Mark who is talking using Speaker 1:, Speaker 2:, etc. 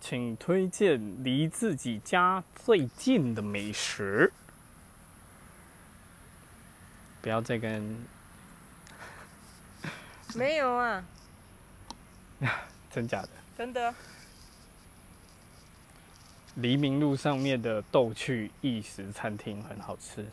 Speaker 1: 请推荐离自己家最近的美食。不要再跟
Speaker 2: 没有啊，
Speaker 1: 真假的
Speaker 2: 真的
Speaker 1: 黎明路上面的逗趣意食餐厅很好吃，